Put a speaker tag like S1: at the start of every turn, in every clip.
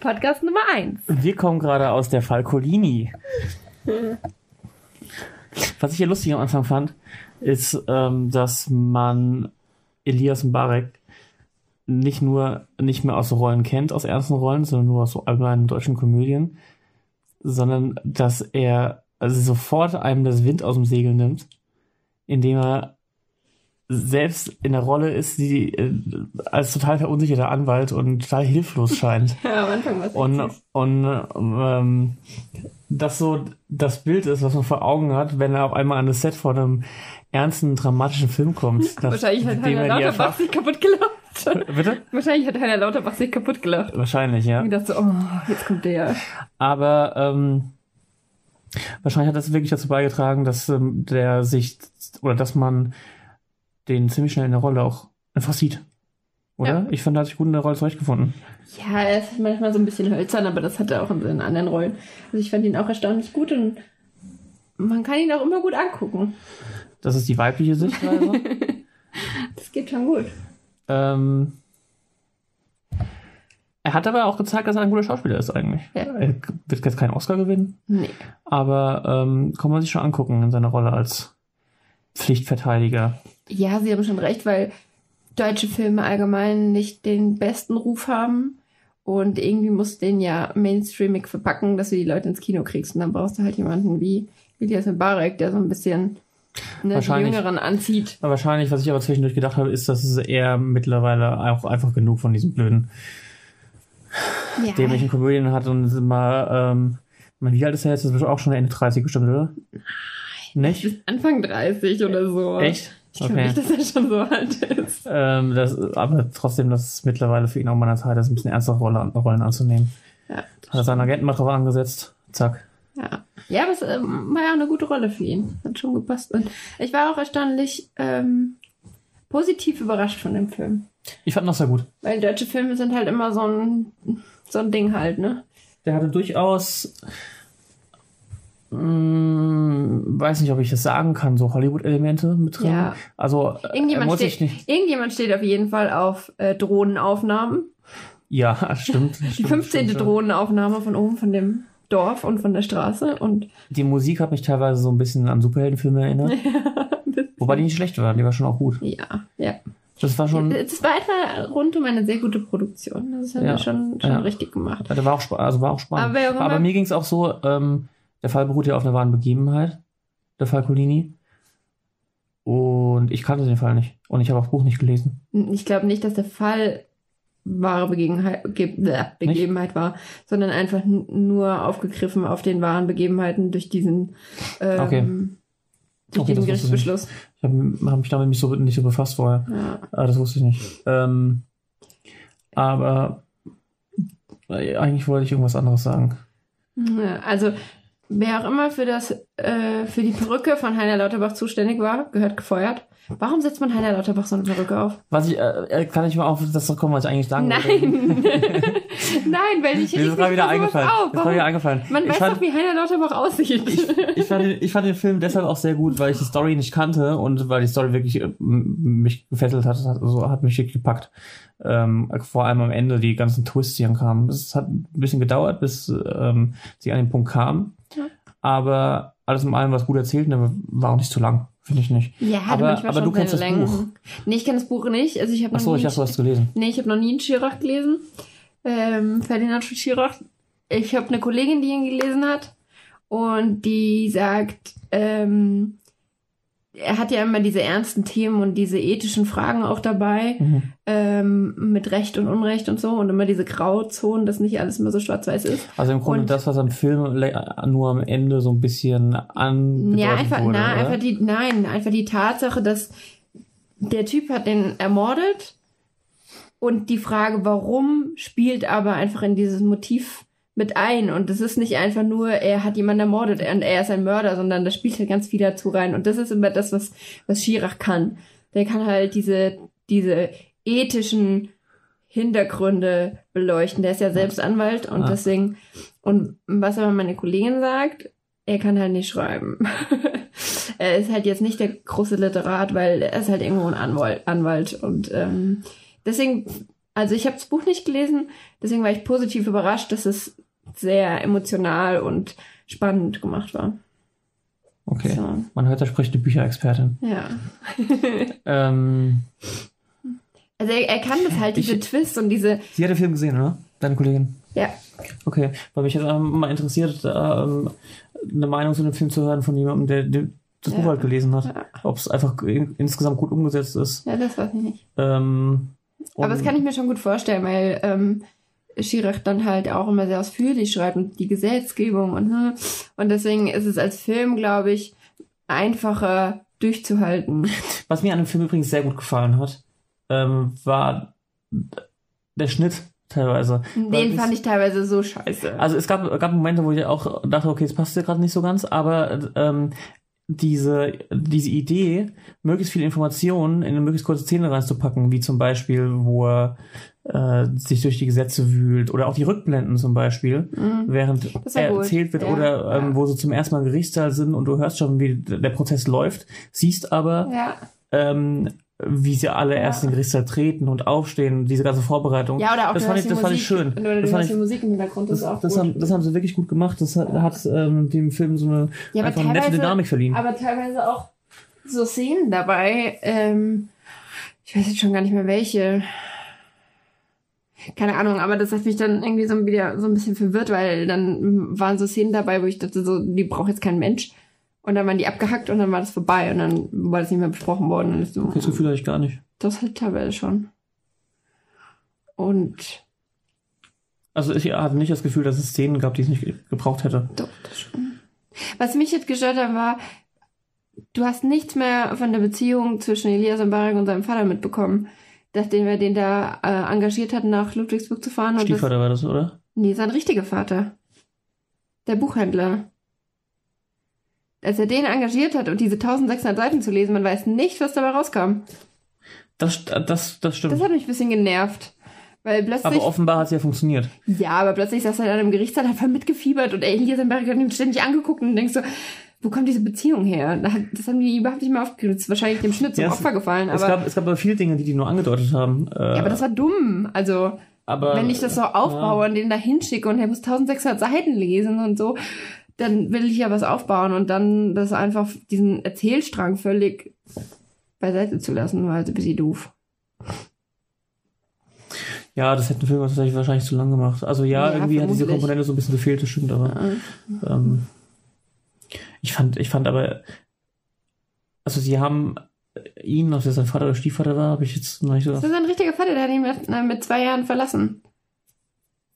S1: Podcast Nummer 1.
S2: Wir kommen gerade aus der Falcolini. Was ich hier lustig am Anfang fand, ist, ähm, dass man Elias Mbarek nicht nur nicht mehr aus Rollen kennt, aus ernsten Rollen, sondern nur aus so allgemeinen deutschen Komödien, sondern dass er also sofort einem das Wind aus dem Segel nimmt, indem er selbst in der Rolle ist, die äh, als total verunsicherter Anwalt und total hilflos scheint.
S1: Ja, am Anfang war es
S2: Und,
S1: witzig.
S2: und ähm, das so das Bild ist, was man vor Augen hat, wenn er auf einmal an das Set von einem ernsten, dramatischen Film kommt. nach
S1: Wahrscheinlich hat
S2: dem
S1: Heiner
S2: er die
S1: Lauterbach sich kaputt gelacht.
S2: Erfahrung- Bitte?
S1: Wahrscheinlich hat Heiner Lauterbach sich kaputt gelacht.
S2: Wahrscheinlich, ja.
S1: Und gedacht so, oh, jetzt kommt der.
S2: Aber ähm, wahrscheinlich hat das wirklich dazu beigetragen, dass ähm, der sich oder dass man den ziemlich schnell in der Rolle auch einfach sieht. Oder?
S1: Ja.
S2: Ich finde, er hat sich gut in der Rolle zurechtgefunden.
S1: Ja, er ist manchmal so ein bisschen hölzern, aber das hat er auch in seinen anderen Rollen. Also ich fand ihn auch erstaunlich gut und man kann ihn auch immer gut angucken.
S2: Das ist die weibliche Sichtweise.
S1: Das geht schon gut.
S2: ähm, er hat aber auch gezeigt, dass er ein guter Schauspieler ist eigentlich.
S1: Ja.
S2: Er wird jetzt keinen Oscar gewinnen,
S1: Nee.
S2: aber ähm, kann man sich schon angucken in seiner Rolle als Pflichtverteidiger.
S1: Ja, Sie haben schon recht, weil deutsche Filme allgemein nicht den besten Ruf haben. Und irgendwie musst du den ja mainstreamig verpacken, dass du die Leute ins Kino kriegst. Und dann brauchst du halt jemanden wie Elias Mbarek, der so ein bisschen ne, die
S2: Wahrscheinlich.
S1: Jüngeren anzieht.
S2: Aber Wahrscheinlich, was ich aber zwischendurch gedacht habe, ist, dass es eher mittlerweile auch einfach genug von diesem blöden
S1: Ja.
S2: dämlichen Komödien hat und es immer, ähm, ich meine, wie alt ist er jetzt? Das ist auch schon Ende 30 bestimmt, oder? Nein. Nicht?
S1: Anfang 30 oder so.
S2: Echt?
S1: Ich glaube
S2: Okay.
S1: nicht, dass er schon so alt ist.
S2: Ähm, das, aber trotzdem, dass es mittlerweile für ihn auch mal an der Zeit ist, ein bisschen ernster Rolle, Rollen anzunehmen.
S1: Ja,
S2: Hat er seinen Agenten mal drauf angesetzt? Zack.
S1: Ja, ja aber es ähm, war ja auch eine gute Rolle für ihn. Hat schon gepasst. Und ich war auch erstaunlich ähm, positiv überrascht von dem Film.
S2: Ich fand noch sehr gut.
S1: Weil deutsche Filme sind halt immer so ein, so ein Ding halt, ne?
S2: Der hatte durchaus, mm, weiß nicht, ob ich das sagen kann, so Hollywood-Elemente mit drin.
S1: Ja.
S2: Also, äh, er
S1: Irgendjemand
S2: muss sich nicht.
S1: steht, irgendjemand steht auf jeden Fall auf äh, Drohnenaufnahmen.
S2: Ja, stimmt.
S1: Die 15. Drohnenaufnahme von oben, von dem Dorf und von der Straße. Und
S2: Die Musik hat mich teilweise so ein bisschen an Superheldenfilme erinnert. Wobei die nicht schlecht war, die war schon auch gut.
S1: ja, ja.
S2: Das war schon,
S1: Es war etwa rundum um eine sehr gute Produktion. Das haben
S2: Ja,
S1: wir schon, schon
S2: ja.
S1: richtig gemacht.
S2: da war auch, spa- also war auch spannend.
S1: Aber wer auch
S2: Aber,
S1: immer-
S2: bei mir ging es auch so, ähm, der Fall beruht ja auf einer wahren Begebenheit, der Fall Colini. Und ich kannte den Fall nicht. Und ich habe auch das Buch nicht gelesen.
S1: Ich glaube nicht, dass der Fall wahre Begegenheit, Ge bleh, Begebenheit war, sondern einfach n- nur aufgegriffen auf den wahren Begebenheiten durch diesen,
S2: Okay.
S1: ähm, durch
S2: Okay,
S1: diesen
S2: das wusste ich
S1: Gerichtsbeschluss.
S2: Ich habe hab mich damit nicht so, nicht so befasst vorher.
S1: Ja.
S2: Ah, das wusste ich nicht. Ähm, aber äh, eigentlich wollte ich irgendwas anderes sagen.
S1: Ja, Also wer auch immer für das äh, für die Perücke von Heiner Lauterbach zuständig war, gehört gefeuert. Warum setzt man Heiner Lauterbach so eine Perücke auf?
S2: Was ich, äh, kann ich mal auf das zurückkommen, was ich eigentlich sagen wollte?
S1: Nein, nein, weil ich
S2: Mir ist es gerade wieder eingefallen.
S1: Auf.
S2: Mir ist gerade wieder
S1: Warum?
S2: eingefallen.
S1: Man
S2: ich,
S1: weiß
S2: fand,
S1: doch, wie Heiner Lauterbach aussieht.
S2: ich, fand den, ich fand den Film deshalb auch sehr gut, weil ich die Story nicht kannte und weil die Story wirklich äh, m- mich gefesselt hat, hat, also hat mich wirklich gepackt. Ähm, vor allem am Ende die ganzen Twists, die dann kamen. Es hat ein bisschen gedauert, bis ähm, sie an den Punkt kamen.
S1: Ja.
S2: Aber alles in allem war es gut erzählt und dann war auch nicht zu lang, finde ich nicht.
S1: Ja,
S2: Aber-
S1: manchmal
S2: aber
S1: schon
S2: du kennst
S1: seine
S2: das
S1: Längen. Nee, ich kenne das Buch nicht. Also ich habe noch,
S2: Achso, ich
S1: nie
S2: habe was gelesen.
S1: nee, ich hab noch nie einen Schirach gelesen. Ähm, Ferdinand von Schirach. Ich habe eine Kollegin, die ihn gelesen hat. Und die sagt, ähm, er hat ja immer diese ernsten Themen und diese ethischen Fragen auch dabei.
S2: Mhm.
S1: Ähm, mit Recht und Unrecht und so. Und immer diese Grauzonen, dass nicht alles immer so schwarz-weiß ist.
S2: Also im Grunde
S1: Und-
S2: das, was am Film le- nur am Ende so ein bisschen an
S1: Ja, einfach,
S2: wurde,
S1: na,
S2: oder?
S1: einfach die, nein, einfach die Tatsache, dass der Typ hat den ermordet und die Frage, warum, spielt aber einfach in dieses Motiv mit ein. Und das ist nicht einfach nur, er hat jemanden ermordet und er ist ein Mörder, sondern da spielt halt ganz viel dazu rein. Und das ist immer das, was, was Schirach kann. Der kann halt diese, diese ethischen Hintergründe beleuchten. Der ist ja selbst Anwalt und
S2: Ah.
S1: deswegen, und was aber meine Kollegin sagt, er kann halt nicht schreiben. er ist halt jetzt nicht der große Literat, weil er ist halt irgendwo ein Anwalt, Anwalt und ähm, deswegen Also ich habe das Buch nicht gelesen, deswegen war ich positiv überrascht, dass es sehr emotional und spannend gemacht war.
S2: Okay.
S1: So,
S2: Man hört, da spricht eine Bücherexpertin.
S1: ja.
S2: Ähm,
S1: Also er, er kann das halt, diese
S2: Ich-
S1: Twists und diese,
S2: sie hat den Film gesehen, oder? Deine Kollegin.
S1: ja,
S2: Okay, weil mich jetzt ähm, mal interessiert, da, ähm, eine Meinung zu dem Film zu hören von jemandem, der, der das
S1: Ja.
S2: Buch halt gelesen hat.
S1: Ja.
S2: Ob es einfach in, insgesamt gut umgesetzt ist.
S1: ja, das weiß ich nicht.
S2: Ähm,
S1: Aber das kann ich mir schon gut vorstellen, weil ähm, Schirach dann halt auch immer sehr ausführlich schreibt und die Gesetzgebung und hm. und deswegen ist es als Film, glaube ich, einfacher durchzuhalten.
S2: Was mir an dem Film übrigens sehr gut gefallen hat, ähm, war der Schnitt teilweise. Weil
S1: Den
S2: es-
S1: fand ich teilweise so scheiße.
S2: Also es gab, gab Momente, wo ich auch dachte, okay, es passt hier gerade nicht so ganz, aber ähm, diese, diese Idee, möglichst viel Informationen in eine möglichst kurze Szene reinzupacken, wie zum Beispiel, wo er äh, sich durch die Gesetze wühlt oder auch die Rückblenden zum Beispiel,
S1: Mhm.
S2: während
S1: Das war
S2: er
S1: gut.
S2: erzählt wird
S1: Ja,
S2: oder ähm,
S1: ja.
S2: wo sie zum ersten Mal im Gerichtssaal sind und du hörst schon, wie d- der Prozess läuft, siehst aber,
S1: Ja.
S2: ähm, wie sie alle
S1: Ja.
S2: erst in den Gerichtssaal treten und aufstehen, diese ganze Vorbereitung.
S1: ja, oder auch
S2: das
S1: du
S2: fand
S1: hörst
S2: ich,
S1: die
S2: das fand ich
S1: Musik-
S2: schön.
S1: Oder du
S2: Das fand
S1: hörst
S2: ich,
S1: die Musik im Hintergrund, das,
S2: das,
S1: ist auch
S2: das,
S1: gut.
S2: haben, das haben sie wirklich gut gemacht. Das hat, hat ähm, dem Film so eine,
S1: Ja, aber
S2: einfach eine nette
S1: teilweise-
S2: Dynamik verliehen.
S1: aber teilweise auch so Szenen dabei. Ähm, ich weiß jetzt schon gar nicht mehr welche. Keine Ahnung, aber das hat mich dann irgendwie so wieder so ein bisschen verwirrt, weil dann waren so Szenen dabei, wo ich dachte, so, die braucht jetzt kein Mensch. Und dann waren die abgehackt und dann war das vorbei und dann war das nicht mehr besprochen worden. Und ich so,
S2: Das Gefühl hatte ich gar nicht.
S1: das hat teilweise schon. Und
S2: Also ich hatte nicht das Gefühl, dass es Szenen gab, die es nicht ge- gebraucht hätte.
S1: doch, das schon. Was mich jetzt gestört hat, war, du hast nichts mehr von der Beziehung zwischen Elias und Barek und seinem Vater mitbekommen. Nachdem wir den da äh, engagiert hatten, nach Ludwigsburg zu fahren. Und das,
S2: Stiefvater war das, oder?
S1: nee, sein richtiger Vater. Der Buchhändler. Als er den engagiert hat und diese 1600 Seiten zu lesen, man weiß nicht, was dabei rauskam.
S2: Das, st- das, das stimmt.
S1: Das hat mich ein bisschen genervt. Weil plötzlich,
S2: aber offenbar hat es ja funktioniert.
S1: ja, aber plötzlich saß er in einem Gerichtssaal, hat voll mitgefiebert und Elias und Barek hat ihn ständig angeguckt und denkst so, wo kommt diese Beziehung her? Da hat- Das haben die überhaupt nicht mehr aufgegriffen. Das ist wahrscheinlich dem Schnitt zum
S2: Ja, es-
S1: Opfer gefallen,
S2: es,
S1: aber,
S2: gab, es gab aber viele Dinge, die die nur angedeutet haben. Äh,
S1: ja, aber das war dumm. Also,
S2: aber-
S1: wenn ich das so aufbaue und den da hinschicke und er muss 1600 Seiten lesen und so, dann will ich ja was aufbauen und dann das einfach diesen Erzählstrang völlig beiseite zu lassen, war halt ein bisschen doof.
S2: Ja, das hätten Filme tatsächlich wahrscheinlich zu lang gemacht. Also ja,
S1: Ja,
S2: irgendwie hat diese
S1: vermutlich.
S2: Komponente so ein bisschen gefehlt, das stimmt, aber
S1: Ja.
S2: ähm, ich fand, ich fand aber, also sie haben ihn, ob das sein Vater oder Stiefvater war, habe ich jetzt noch nicht so,
S1: Das ist ein richtiger Vater, der hat ihn mit, na, mit zwei Jahren verlassen.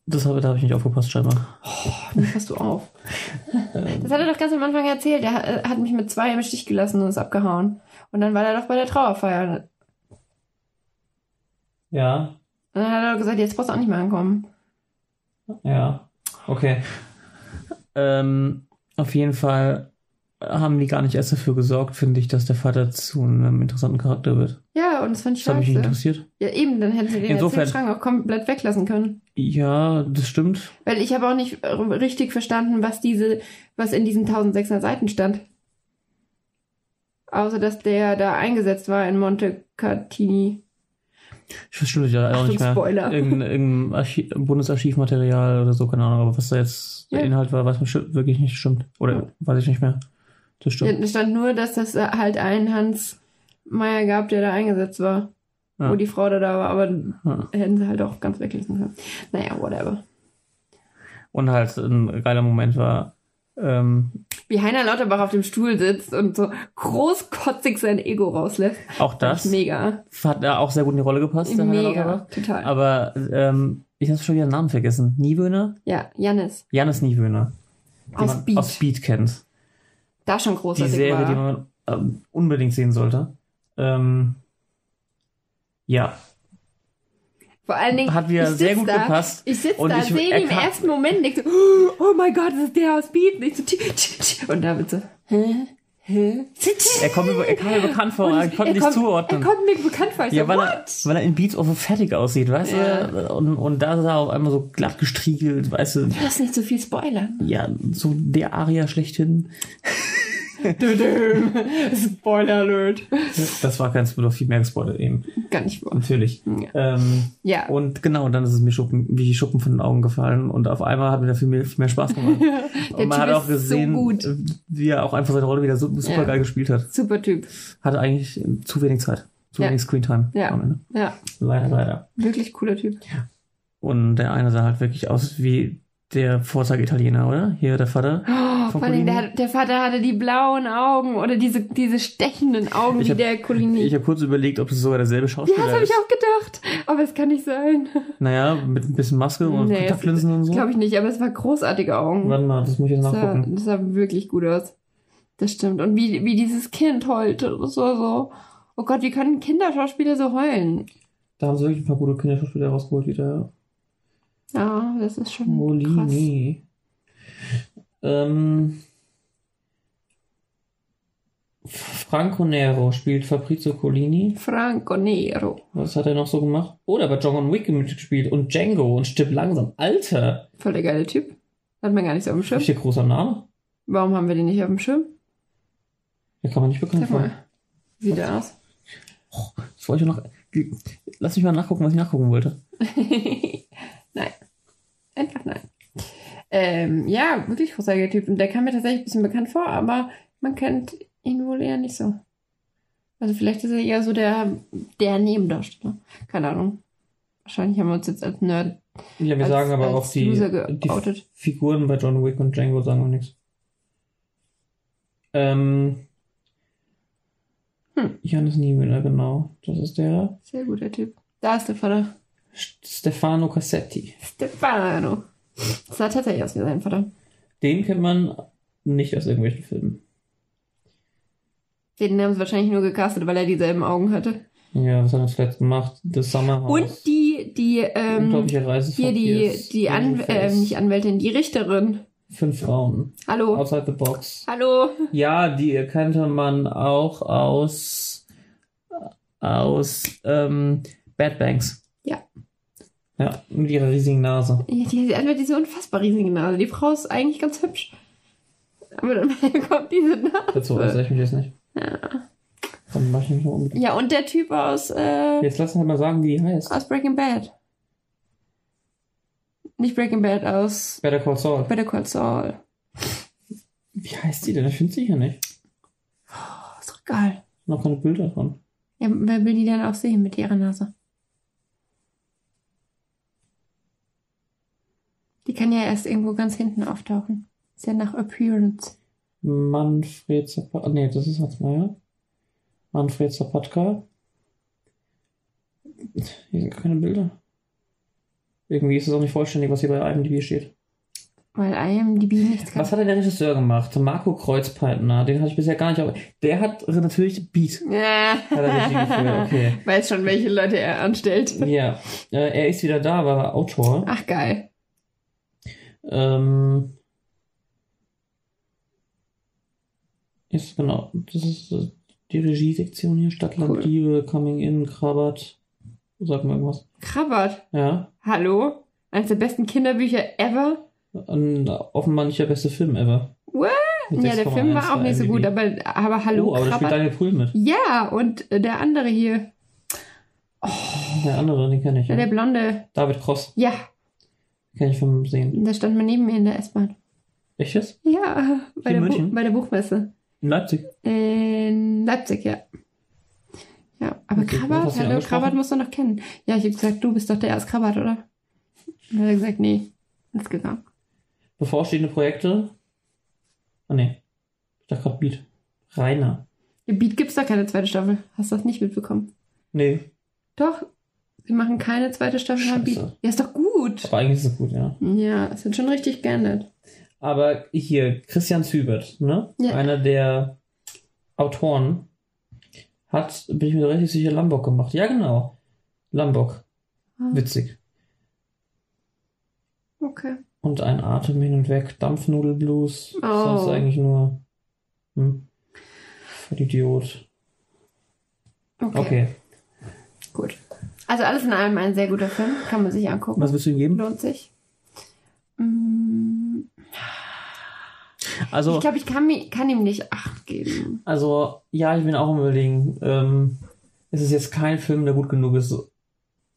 S2: das habe, da habe ich nicht aufgepasst scheinbar.
S1: Dann passt du auf.
S2: Ähm.
S1: Das hat er doch ganz am Anfang erzählt. Er hat- er hat mich mit zwei im Stich gelassen und ist abgehauen. Und dann war er doch bei der Trauerfeier.
S2: Ja,
S1: Und dann hat er doch gesagt, jetzt brauchst du auch nicht mehr ankommen.
S2: ja, okay. Ähm, auf jeden Fall haben die gar nicht erst dafür gesorgt, finde ich, dass der Vater zu einem interessanten Charakter wird.
S1: Ja, und das fand ich
S2: Das hat mich nicht
S1: scheiße.
S2: interessiert.
S1: Ja, eben, dann hätten sie den
S2: Insofern-
S1: Erzählstrang auch komplett weglassen können.
S2: Ja, das stimmt.
S1: Weil ich habe auch nicht äh, richtig verstanden, was diese, was in diesen 1600 Seiten stand. Außer, dass der da eingesetzt war in Monte Cartini.
S2: Ich weiß stimmt ja auch
S1: Achtung,
S2: nicht mehr.
S1: Spoiler.
S2: Irgendein, irgendein Archi Bundesarchivmaterial oder so, keine Ahnung, aber was da jetzt der
S1: Ja.
S2: Inhalt war, weiß man stimmt- wirklich nicht, stimmt. Oder
S1: Ja.
S2: weiß ich nicht mehr. Das
S1: Ja,
S2: stimmt.
S1: da stand nur, dass das äh, halt einen Hans Meier gab, der da eingesetzt war.
S2: Ja.
S1: Wo die Frau da, da war, aber
S2: Ja.
S1: hätten sie halt auch ganz weglassen können. Naja, whatever.
S2: Und halt ein geiler Moment war, ähm,
S1: Wie Heiner Lauterbach auf dem Stuhl sitzt und so großkotzig sein Ego rauslässt.
S2: auch
S1: Das
S2: das
S1: ist mega.
S2: hat da auch sehr gut in die Rolle gepasst. der Heiner
S1: Mega.
S2: Lauterbach.
S1: Total.
S2: Aber ähm, ich habe schon wieder den Namen vergessen. Niewöhner?
S1: ja, Janis.
S2: Janis Niewöhner. den
S1: Aus
S2: man
S1: Beat.
S2: aus Beat kennt.
S1: Da schon
S2: die
S1: großartig
S2: Serie,
S1: war.
S2: die man ähm, unbedingt sehen sollte. Ähm, ja,
S1: Vor allen Dingen
S2: Hat wieder
S1: ich sitz
S2: sehr gut
S1: da,
S2: gepasst.
S1: Ich sitze
S2: Und
S1: da,
S2: ich-
S1: sehe
S2: er
S1: ihn im
S2: kann-
S1: ersten Moment, denke so, "Oh, oh mein Gott, das ist der aus Beat. Und, ich so, tsch, tsch, tsch. und da wird so, hä? Hä? Tsch, tsch.
S2: Er, kommt, mir- er kam mir bekannt vor,
S1: Und
S2: aber ich konnte nicht
S1: kommt,
S2: zuordnen.
S1: Er kommt mir bekannt vor. Ich
S2: ja,
S1: so,
S2: weil er,
S1: what?
S2: weil er in Beats auch so fertig aussieht, weißt du?
S1: Ja.
S2: Und, und da sah er auf einmal so glatt gestriegelt, weißt du?
S1: Lass nicht so viel spoilern.
S2: Ja, so der Aria schlechthin.
S1: Dö, dö. Spoiler alert.
S2: Das war kein Spoiler, viel mehr gespoilert eben.
S1: Gar nicht wahr.
S2: Natürlich. Ähm,
S1: Ja.
S2: und genau, dann ist es mir Schuppen, wie Schuppen von den Augen gefallen und auf einmal hat mir da viel mehr, viel mehr Spaß gemacht. und man
S1: Typ
S2: hat auch
S1: ist so
S2: gesehen,
S1: gut.
S2: wie er auch einfach seine Rolle wieder so- super
S1: Ja.
S2: geil gespielt hat.
S1: Super Typ.
S2: Hatte eigentlich zu wenig Zeit, zu
S1: Ja.
S2: wenig Screentime.
S1: Ja.
S2: am Ende.
S1: Ja,
S2: Leider, leider.
S1: wirklich cooler Typ.
S2: Und der eine sah halt wirklich aus wie der Vorzeigitaliener, oder? Hier der Vater.
S1: Oh,
S2: Von
S1: vor
S2: Colini?
S1: allem der, der Vater hatte die blauen Augen oder diese, diese stechenden Augen
S2: Ich
S1: wie
S2: hab-
S1: der Colini.
S2: Ich habe kurz überlegt, ob es sogar derselbe
S1: ja,
S2: Schauspieler
S1: das habe ich
S2: ist.
S1: auch gedacht. Aber es kann nicht sein.
S2: Naja, mit ein bisschen Maske und
S1: Nee,
S2: Kontaktlinsen und so.
S1: Glaube ich nicht, aber es war großartige Augen.
S2: Warte mal, das muss ich jetzt
S1: Das sah,
S2: nachgucken.
S1: das sah wirklich gut aus. Das stimmt. Und wie, wie dieses Kind heulte. Das war so. Oh Gott, wie können Kinderschauspieler so heulen?
S2: Da haben sie wirklich ein paar gute Kinderschauspieler rausgeholt wieder.
S1: Ja, das ist schon krass.
S2: Molini. Ähm, Franco Nero spielt Fabrizio Collini.
S1: Franco Nero.
S2: Was hat er noch so gemacht? Oder bei John Wick mitgespielt und Django und stirbt langsam. Alter!
S1: Voll der geile Typ. Hat man gar nicht so auf dem Schirm.
S2: Ist hier großer Name?
S1: Warum haben wir den nicht auf dem Schirm?
S2: Der kann man nicht bekannt
S1: Sag
S2: von.
S1: mal. Wie der aus?
S2: Das wollte ich noch. Lass mich mal nachgucken, was ich nachgucken wollte.
S1: nein. Einfach nein. Ähm, ja, wirklich großartiger Typ. Und der kam mir tatsächlich ein bisschen bekannt vor, aber man kennt ihn wohl eher nicht so. Also vielleicht ist er eher so der, der Nebendarsteller. Keine Ahnung. Wahrscheinlich haben wir uns jetzt als Nerd
S2: Ja, wir
S1: als,
S2: sagen aber
S1: als
S2: auch die,
S1: Loser
S2: die
S1: geoutet.
S2: Figuren bei John Wick und Django sagen auch nichts. Ähm.
S1: Hm.
S2: Janis Niemöller, genau. Das ist der.
S1: Sehr guter Typ. Da ist der Vater.
S2: Stefano Cassetti.
S1: Stefano. Das sah tatsächlich aus wie sein Vater.
S2: Den kennt man nicht aus irgendwelchen Filmen.
S1: Den haben sie wahrscheinlich nur gecastet, weil er dieselben Augen hatte.
S2: Ja, was hat er zuletzt gemacht? Das Summer House.
S1: Und die, die, ähm,
S2: Unglaubliche Reise von
S1: hier die,
S2: Pierce
S1: die An Oh. äh,
S2: Face.
S1: nicht Anwältin, die Richterin.
S2: Fünf Frauen.
S1: Hallo.
S2: Outside the Box.
S1: Hallo.
S2: Ja, die erkannte man auch aus aus ähm, Bad Banks.
S1: Ja.
S2: Ja, mit ihrer riesigen Nase.
S1: Ja, die, die hat halt diese unfassbar riesige Nase. Die Frau ist eigentlich ganz hübsch. Aber dann kommt diese Nase.
S2: Dazu äußere ich mich jetzt nicht. Dann mach ich mich noch unbedingt.
S1: Ja, und der Typ aus, äh,
S2: Jetzt lass uns mal sagen, wie die heißt.
S1: aus Breaking Bad. Nicht Breaking Bad, aus
S2: Better Call Saul.
S1: Better Call Saul.
S2: Wie heißt die denn? Ich finde sie hier nicht.
S1: Oh, ist doch geil.
S2: Noch keine Bilder von.
S1: Ja, wer will die denn auch sehen mit ihrer Nase? Die kann ja erst irgendwo ganz hinten auftauchen. Ist ja nach Appearance.
S2: Manfred Zapatka. Nee, das ist Hans Meyer. Manfred Zapatka. Hier sind gar keine Bilder. Irgendwie ist es auch nicht vollständig, was hier bei IMDb steht.
S1: Weil IMDb nichts kann.
S2: Was hat denn der Regisseur gemacht? Marco Kreuzpeitner. Den hatte ich bisher gar nicht. Aber der hat natürlich Beat.
S1: Ja.
S2: Hat er Regie geführt, okay.
S1: Weiß schon, welche Leute er anstellt.
S2: Ja. Äh, er ist wieder da, war Autor.
S1: Ach geil.
S2: Ähm, ist genau. Das ist äh, die Regiesektion hier. Stadtland
S1: Cool.
S2: Liebe, Coming In, Krabat. Sag mir irgendwas.
S1: Krabbert.
S2: Ja.
S1: Hallo? Eines der besten Kinderbücher ever?
S2: Ein, offenbar nicht der beste Film ever.
S1: What?
S2: Mit
S1: Ja, der Film
S2: 6,1
S1: war auch nicht so
S2: IMDb.
S1: gut, aber, aber hallo,
S2: Oh, aber da spielt
S1: Krabbert.
S2: Daniel Brühl mit.
S1: Ja, und äh, der andere hier,
S2: Der andere, den kenne ich.
S1: der, der
S2: Ja.
S1: Blonde.
S2: David Cross.
S1: Ja,
S2: Kenne ich vom Sehen.
S1: der stand mal neben mir in der S-Bahn.
S2: Echtes?
S1: Ja, bei
S2: In
S1: der, Bu
S2: München?
S1: bei der Buchmesse.
S2: In Leipzig.
S1: In Leipzig, ja. Ja, aber
S2: Okay, was
S1: Krabbert,
S2: hast du ihn
S1: hallo,
S2: angesprochen?
S1: Krabbert musst du noch kennen. Ja, ich habe gesagt, du bist doch der erste Krabbert, oder? Und er hat gesagt, nee, ist gegangen.
S2: Bevorstehende Projekte. Ah, nee. Ich dachte gerade Beat. Rainer.
S1: Im Beat gibt's da keine zweite Staffel. Hast du das nicht mitbekommen?
S2: Nee.
S1: Doch, sie machen keine zweite Staffel am Beat.
S2: Scheiße.
S1: Ja, ist doch gut.
S2: Aber eigentlich ist es gut, ja.
S1: Ja, es wird schon richtig geändert.
S2: Aber hier, Christian Zübert, ne?
S1: Ja.
S2: Einer der Autoren, hat, bin ich mir richtig sicher, Lambok gemacht. Ja, genau. Lambok.
S1: Ah.
S2: Witzig.
S1: Okay.
S2: Und ein Atem hin und weg, Dampfnudelblues.
S1: Oh.
S2: Sonst eigentlich nur. Hm. Voll Idiot.
S1: Okay.
S2: Okay.
S1: Gut. Also alles in allem ein sehr guter Film. Kann man sich angucken.
S2: Was willst du ihm geben?
S1: Lohnt sich. Mm,
S2: Also,
S1: Ich glaube, ich kann, mi- kann ihm nicht acht geben.
S2: Also, ja, ich bin auch am überlegen, ähm, ist es jetzt kein Film, der gut genug ist,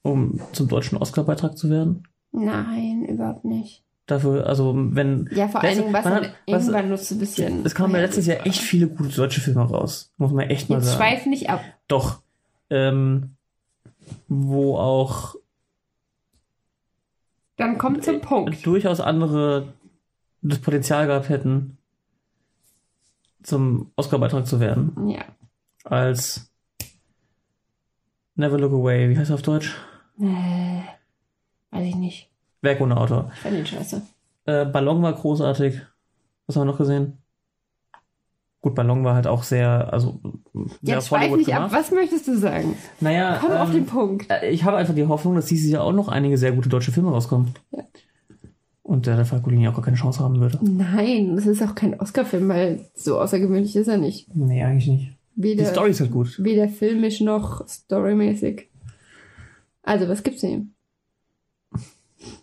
S2: um zum deutschen Oscar-Beitrag zu werden?
S1: Nein, überhaupt nicht.
S2: Dafür, also wenn.
S1: Ja, vor
S2: Weißt
S1: allen
S2: du,
S1: Dingen, was
S2: man
S1: dann
S2: hat- was-
S1: irgendwann nur so ein bisschen.
S2: Es kamen ja letztes Jahr echt viele gute deutsche Filme raus. Muss man echt mal
S1: Jetzt
S2: sagen.
S1: schweif nicht ab.
S2: Doch. Ähm, wo auch
S1: Dann komm
S2: Äh,
S1: zum Punkt.
S2: durchaus andere das Potenzial gehabt hätten, zum Oscar-Beitrag zu werden,
S1: Ja.
S2: als Never Look Away, wie heißt er auf Deutsch?
S1: Äh, weiß ich nicht.
S2: Werk ohne Autor.
S1: Ich fand den scheiße.
S2: Äh, Ballon war großartig. Was haben wir noch gesehen? Gut, Ballon war halt auch sehr, also sehr
S1: Jetzt schweif nicht ab. Was möchtest du sagen?
S2: Naja,
S1: Komm auf
S2: ähm,
S1: den Punkt.
S2: Äh, ich habe einfach die Hoffnung, dass dieses Jahr auch noch einige sehr gute deutsche Filme rauskommen.
S1: Ja.
S2: Und der Falkolini auch gar keine Chance haben würde.
S1: Nein, das ist auch kein Oscar-Film, weil so außergewöhnlich ist er nicht.
S2: Nee, eigentlich nicht. Die
S1: Weder,
S2: Story ist halt gut.
S1: weder filmisch noch storymäßig. Also, was gibt's denn?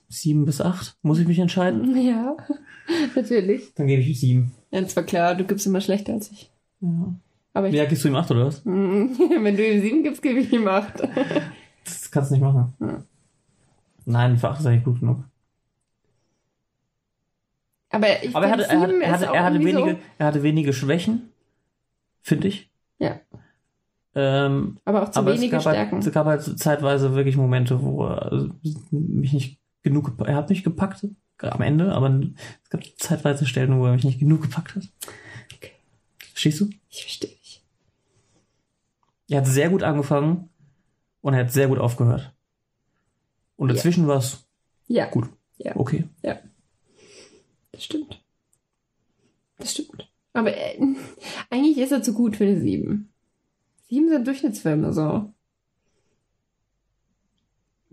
S2: Sieben bis acht. Muss ich mich entscheiden?
S1: Ja, natürlich.
S2: Dann gebe ich ihm sieben.
S1: Ja, und zwar klar, du gibst immer schlechter als ich.
S2: Ja.
S1: Aber ich,
S2: ja, gibst du ihm acht oder was?
S1: wenn du ihm sieben gibst, gebe ich ihm acht.
S2: Das kannst du nicht machen.
S1: Ja.
S2: Nein, für acht ist eigentlich gut genug.
S1: Aber ich
S2: Aber er
S1: find,
S2: hatte, er hatte,
S1: sieben
S2: er
S1: ist
S2: hatte,
S1: auch
S2: er hatte,
S1: irgendwie
S2: wenige,
S1: So,
S2: er hatte wenige Schwächen. Finde ich.
S1: Ja.
S2: Ähm,
S1: aber auch zu
S2: aber
S1: wenige
S2: es gab,
S1: Stärken.
S2: Halt, es gab halt zeitweise wirklich Momente, wo er also, mich nicht genug gepa- Er hat mich gepackt am Ende, aber es gab zeitweise Stellen, wo er mich nicht genug gepackt hat.
S1: Okay.
S2: Verstehst du?
S1: ich verstehe dich.
S2: Er hat sehr gut angefangen und er hat sehr gut aufgehört. Und
S1: Ja.
S2: dazwischen war es
S1: Ja,
S2: Gut.
S1: Ja.
S2: okay.
S1: das stimmt. Das stimmt. Aber äh, eigentlich ist er zu gut für eine sieben. Sieben sind Durchschnittsfilme, so.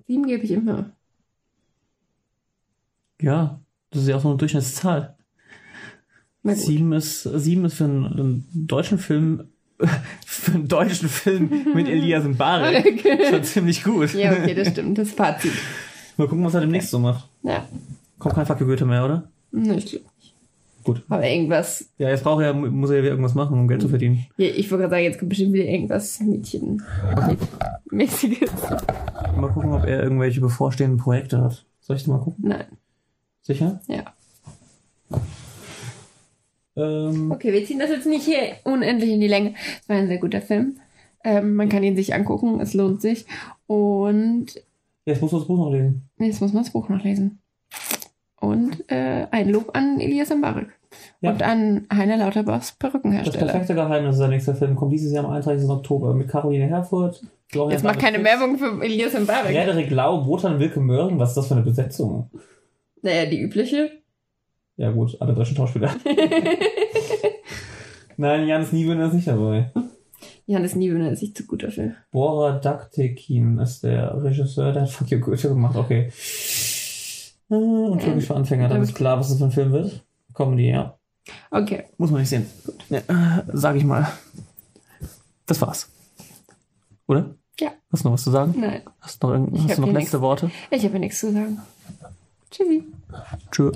S1: Sieben gebe ich immer.
S2: Ja, das ist ja auch so eine Durchschnittszahl.
S1: Na gut.
S2: Sieben ist, sieben ist für einen, einen deutschen Film, für einen deutschen Film mit Elias und Barek
S1: Okay.
S2: schon ziemlich gut.
S1: Ja, okay, das stimmt. Das Fazit.
S2: Mal gucken, was er demnächst so macht.
S1: Ja,
S2: Kommt kein Fuck you Goethe mehr, oder?
S1: ne, ich glaub nicht.
S2: Gut.
S1: Aber irgendwas.
S2: Ja, jetzt braucht er, muss er ja wieder irgendwas machen, um Geld zu verdienen.
S1: Ja, ich würde gerade sagen, jetzt kommt bestimmt wieder irgendwas Mädchenmäßiges.
S2: Mal gucken, ob er irgendwelche bevorstehenden Projekte hat. Soll ich mal gucken?
S1: Nein.
S2: Sicher?
S1: Ja.
S2: Ähm,
S1: Okay, wir ziehen das jetzt nicht hier unendlich in die Länge. Es war ein sehr guter Film. Ähm, man kann ihn sich angucken, es lohnt sich. Und
S2: jetzt musst du das Buch noch lesen.
S1: nee, jetzt muss man das Buch noch lesen. Und äh, ein Lob an Elias Mbarek.
S2: Ja.
S1: Und an Heiner Lauterbachs
S2: Das
S1: Perückenhersteller.
S2: perfekte Geheimnis ist der nächste Film. Kommt dieses Jahr am 31. Oktober mit Caroline Herfurth. Florian
S1: Jetzt mach keine
S2: Bartels,
S1: Werbung für Elias Mbarek.
S2: Frederik Lau, Wotan Wilke Möhren. Was ist das für eine Besetzung?
S1: Naja, die übliche.
S2: Ja gut, alle deutschen Schauspieler. Nein, Jans Niewöhner ist nicht dabei.
S1: Johannes Niewöhner ist nicht zu gut dafür.
S2: Bora Daktekin ist der Regisseur, der hat Fuck You Goethe gemacht, okay. Äh, Und Türkisch für Anfänger, dann ist klar, was das für ein Film wird. Comedy, ja.
S1: Okay.
S2: Muss man nicht sehen. Ja, äh, sag ich mal. Das war's. Oder?
S1: Ja.
S2: Hast du noch was zu sagen?
S1: Nein,
S2: Hast du noch, irgend-
S1: Ich
S2: hast
S1: hab
S2: du noch
S1: hier
S2: letzte Worte?
S1: ich habe nichts zu sagen. Tschüssi.
S2: Tschö.